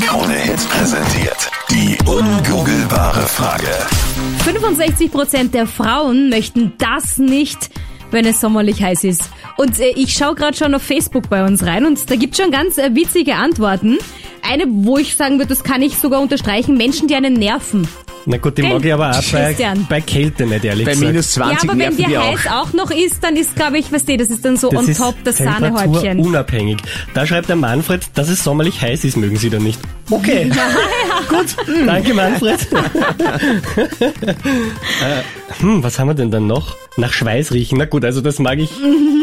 Krone Hits präsentiert die ungoogelbare Frage. 65% der Frauen möchten das nicht, wenn es sommerlich heiß ist. Und äh, ich schaue gerade schon auf Facebook bei uns rein und da gibt schon ganz äh, witzige Antworten. Eine, wo ich sagen würde, das kann ich sogar unterstreichen, Menschen, die einen nerven. Na gut, die Gell? mag ich aber auch bei, Christian. bei Kälte nicht, ehrlich Bei gesagt. minus 20 ja, aber wenn nerven die dir auch. heiß auch noch ist, dann ist, glaube ich, weißt du, das ist dann so on ist top das Temperatur Sahnehäubchen. unabhängig. Da schreibt der Manfred, dass es sommerlich heiß ist, mögen Sie dann nicht. Okay. Gut. Danke, Manfred. Äh, hm, was haben wir denn dann noch? Nach Schweiß riechen. Na gut, also das mag ich. Mhm.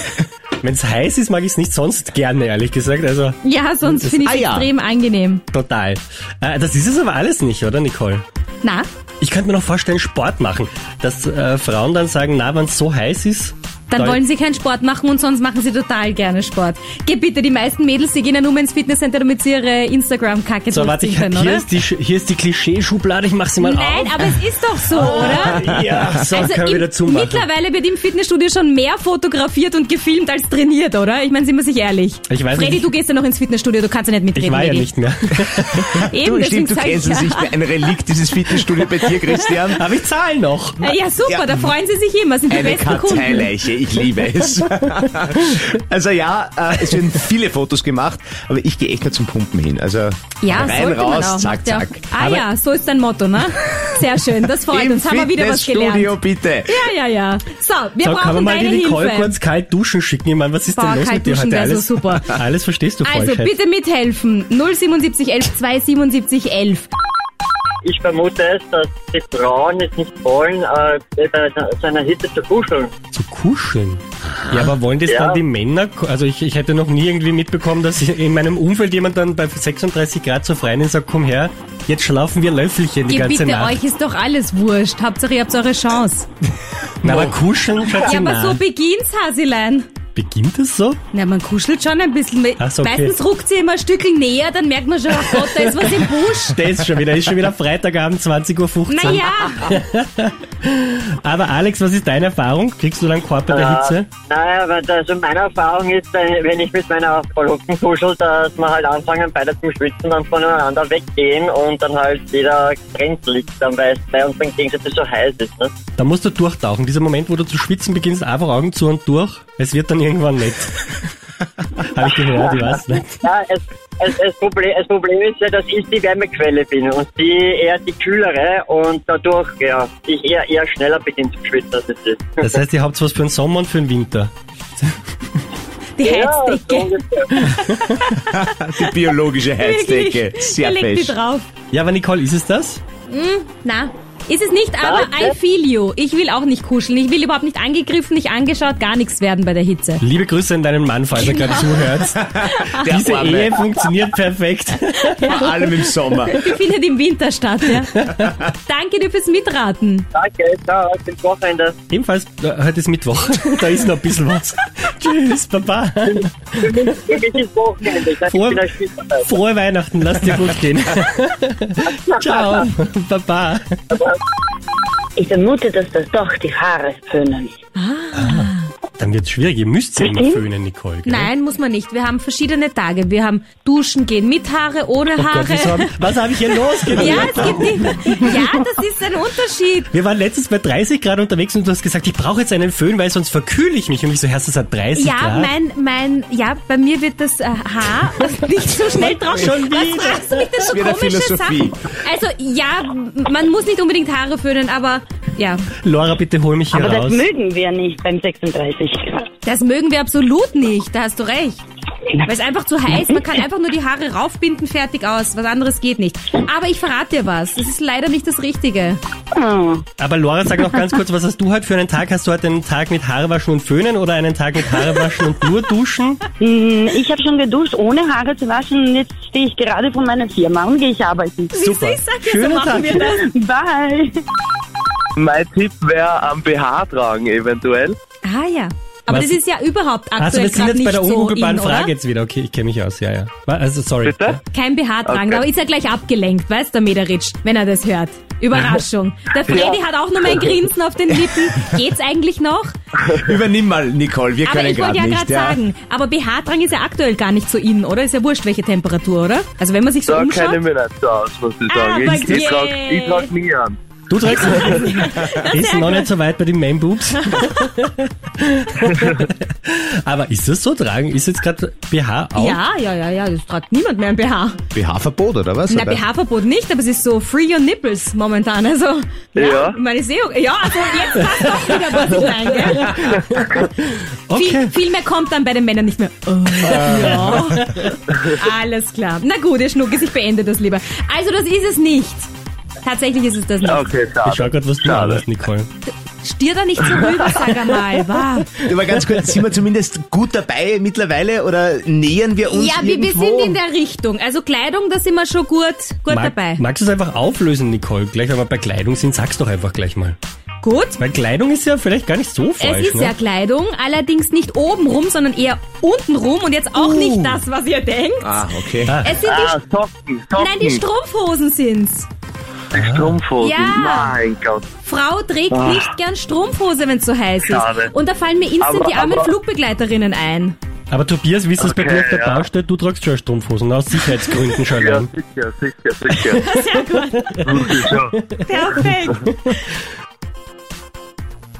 Wenn es heiß ist, mag ich es nicht sonst gerne, ehrlich gesagt. Also Ja, sonst finde ich Ah, es ja. extrem angenehm. total. Äh, das ist es aber alles nicht, oder Nicole? Na? Ich könnte mir noch vorstellen, Sport machen. Dass äh, Frauen dann sagen, na, wenn es so heiß ist, Dann da- wollen sie keinen Sport machen und sonst machen sie total gerne Sport. Geh bitte, die meisten Mädels, die gehen ja nur mehr ins Fitnesscenter, damit sie ihre Instagram-Kacke So, warte, durchziehen ich, können, hier, oder? ist die, Sch- hier ist die Klischee-Schublade, ich mach sie mal Nein, auf. aber es ist doch so, oder? Also Ja, so, können wir im- wieder zumachen. mittlerweile wird im Fitnessstudio schon mehr fotografiert und gefilmt als trainiert, oder? Ich meine, sind wir sich ehrlich. Ich weiß Freddy, nicht. du gehst ja noch ins Fitnessstudio, du kannst ja nicht mitreden. Ich war ja Lady. nicht mehr. Eben, Du, deswegen stimmt, du sag kennst ich, es nicht mehr. Ein Relikt dieses Fitnessstudio bei dir, Christian. Aber ich zahle noch. Ja, ja super, Ja. da freuen sie sich immer, sind die Eine besten Kunden. Karteileiche, ich liebe es. Also ja, äh, es werden viele Fotos gemacht, aber ich gehe echt nur zum Pumpen hin. Also Ja, rein, sollte man raus, auch. zack, Macht ja auch- zack. Ah ja, so ist dein Motto, ne? Sehr schön, das freut Im uns, haben wir wieder was gelernt. Fitnessstudio, bitte. Ja, ja, ja. So, wir So, kann brauchen man mal deine die Nicole Hilfe. kurz kalt duschen schicken? Ich meine, was ist Boah, denn los kalt mit dir duschen heute? wär so Alles, super. alles verstehst du also falsch. halt. bitte mithelfen. 077 11 277 11. Ich vermute es, dass die Frauen es nicht wollen, äh, bei so einer Hitze zu kuscheln. Zu kuscheln. Ja, aber wollen das Ja. dann die Männer? ku- Also ich, ich hätte noch nie irgendwie mitbekommen, dass in meinem Umfeld jemand dann bei 36 Grad zur Freien sagt, komm her, jetzt schlafen wir Löffelchen die Ihr ganze bitte, Nacht. euch ist doch alles wurscht. Hauptsache, ihr habt eure Chance. Na, aber kuscheln, Schatzi, Ja, aber na. so beginnt's, Hasilein. Beginnt es so? Na, man kuschelt schon ein bisschen. Ach so, okay. Meistens ruckt sie immer ein Stückchen näher, dann merkt man schon, ach Gott, da ist was im Busch. Der ist schon wieder, ist schon wieder Freitagabend, 20.15 Uhr. Naja, Aber Alex, was ist deine Erfahrung? Kriegst du dann Korb bei der Hitze? Äh, Naja, weil das- also meine Erfahrung ist, wenn wenn ich mit meiner Verlobten kuschel, dass wir halt anfangen, beide zum Schwitzen, dann voneinander weggehen und dann halt jeder getrennt liegt, dann weil es bei uns dann gegenseitig so heiß ist. Ne? Da musst du durchtauchen. Dieser Moment, wo du zu schwitzen beginnst, einfach Augen zu und durch. Es wird dann irgendwann nett. Habe ich gehört, ich weiß nicht. Ja, es, es, es Problem, das Problem ist ja, dass ich die Wärmequelle bin und sie eher die kühlere und dadurch, ja, ich eher, eher schneller beginne zu schwitzen, als es ist. Das heißt, ihr habt was für den Sommer und für den Winter. die Ja, so Heizdecke. ungefähr. Die biologische Heizdecke. Wirklich. Sehr Der legt fesch. die drauf. Ja, aber Nicole, ist es das? Na, ist es nicht, aber I feel you. Ich will auch nicht kuscheln. Ich will überhaupt nicht angegriffen, nicht angeschaut, gar nichts werden bei der Hitze. Liebe Grüße an deinen Mann, falls er gerade zuhört. Der Diese Arme. Ehe funktioniert perfekt. Vor allem im Sommer. Die findet im Winter statt, ja. Danke dir fürs Mitraten. Danke, ciao, bis Wochenende. Ebenfalls, äh, heute ist Mittwoch. Da ist noch ein bisschen was. Tschüss, Baba. Bis Wochenende. Ich sag, ich Frohe, bin ein Schwitzer. frohe Weihnachten, lass dir gut gehen. Ciao, Baba. Ich vermute, dass das doch die Haare föhnen. Dann wird's schwierig. Ihr müsst ja immer föhnen, Nicole. Gell? Nein, muss man nicht. Wir haben verschiedene Tage. Wir haben Duschen gehen mit Haare, ohne Oh Haare. Gott, was habe was hab ich hier losgemacht? ja, es gibt die, ja, das ist ein Unterschied. Wir waren letztens bei 30 Grad unterwegs und du hast gesagt, ich brauche jetzt einen Föhn, weil sonst verkühle ich mich. Und ich so, hast du hat 30 Ja, Grad? mein, mein, ja, bei mir wird das äh, Haar nicht so schnell drauf. Schon wieder. Was fragst du mich denn so wieder komische Philosophie. Sachen? Also, ja, man muss nicht unbedingt Haare föhnen, aber ja, Laura, bitte hol mich hier Aber das raus. mögen wir nicht beim 36 Grad. das mögen wir absolut nicht. Da hast du recht. Weil es einfach zu heiß, man kann einfach nur die Haare raufbinden, fertig aus. Was anderes geht nicht. Aber ich verrate dir was. Es ist leider nicht das Richtige. Oh, Aber Laura, sag noch ganz kurz, was hast du heute für einen Tag? Hast du heute einen Tag mit Haarewaschen und Föhnen oder einen Tag mit Haarewaschen und nur Duschen? ich habe schon geduscht, ohne Haare zu waschen. Und jetzt stehe ich gerade von meiner Firma und gehe ich arbeiten. Super. Ich sag jetzt, so Schönen machen Tag. wir das. Bye. Mein Tipp wäre am BH tragen eventuell. Ah ja. Aber Was? das ist ja überhaupt Also aktuell wir also, sind nicht jetzt bei der so in, ungoogelbaren Frage oder? jetzt wieder. Okay, ich kenne mich aus, ja, ja. Wa- Also sorry. Bitte? Kein BH tragen, Okay. aber ist er gleich abgelenkt, weißt der Mederitsch, wenn er das hört. Überraschung. Der Freddy hat auch noch mal ein Grinsen auf den Lippen. Geht's eigentlich noch? Übernimm mal, Nicole, wir Aber können ich wollte gerade ja nicht. gerade sagen, aber BH-Drang ist ja aktuell gar nicht so in, oder? Ist ja wurscht, welche Temperatur, oder? Also wenn man sich so Da kenne ich umschaut, Ah, mich nicht so aus, muss ich Aber sagen. ich ich yay. trage ich trag nie an. Du trägst Ist noch nicht so weit bei den Main Boobs. Aber ist das so tragen? Ist jetzt gerade BH auf? ja, ja, ja, ja, es trägt niemand mehr ein BH. BH-Verbot, oder was? Na, Oder? BH-Verbot nicht, aber es ist so free your nipples momentan, also. Ja. Ich meine, ich sehe, ja, also jetzt passt doch wieder was rein, gell? Okay. Viel, viel mehr kommt dann bei den Männern nicht mehr. Oh, ja. Alles klar. Na gut, ihr Schnuckis, ich beende das lieber. Also, das ist es nicht. Tatsächlich ist es das nicht. Okay, Ich schau schade. gerade, was du Schade. alles, Nicole. Stier da nicht so rüber, sag einmal. Wow. Aber ganz kurz, sind wir zumindest gut dabei mittlerweile oder nähern wir uns Ja, wir, wir irgendwo? sind in der Richtung. Also Kleidung, da sind wir schon gut, gut Mag, dabei. magst du es einfach auflösen, Nicole? Gleich, wenn wir bei Kleidung sind, sag's doch einfach gleich mal. Gut. Weil Kleidung ist ja vielleicht gar nicht so falsch, Es ist ne? ja Kleidung, allerdings nicht oben rum, sondern eher unten rum und jetzt auch nicht das, was ihr denkt. Ah, okay. Ah, Es sind Ah, die, Socken, Socken. nein, die Strumpfhosen sind's. Die Strumpfhosen. Ja. Mein Gott. Frau trägt nicht gern Strumpfhose, wenn's so heiß Ah. Schade. ist. Und da fallen mir instant Aber- die armen aber- Flugbegleiterinnen ein. Aber Tobias, wie ist das bei dir auf der ja. Baustelle? Du trägst schon Strumpfhosen aus Sicherheitsgründen schon Ja, allein. sicher, sicher, sicher. Sehr gut. Wirklich, ja. Perfekt.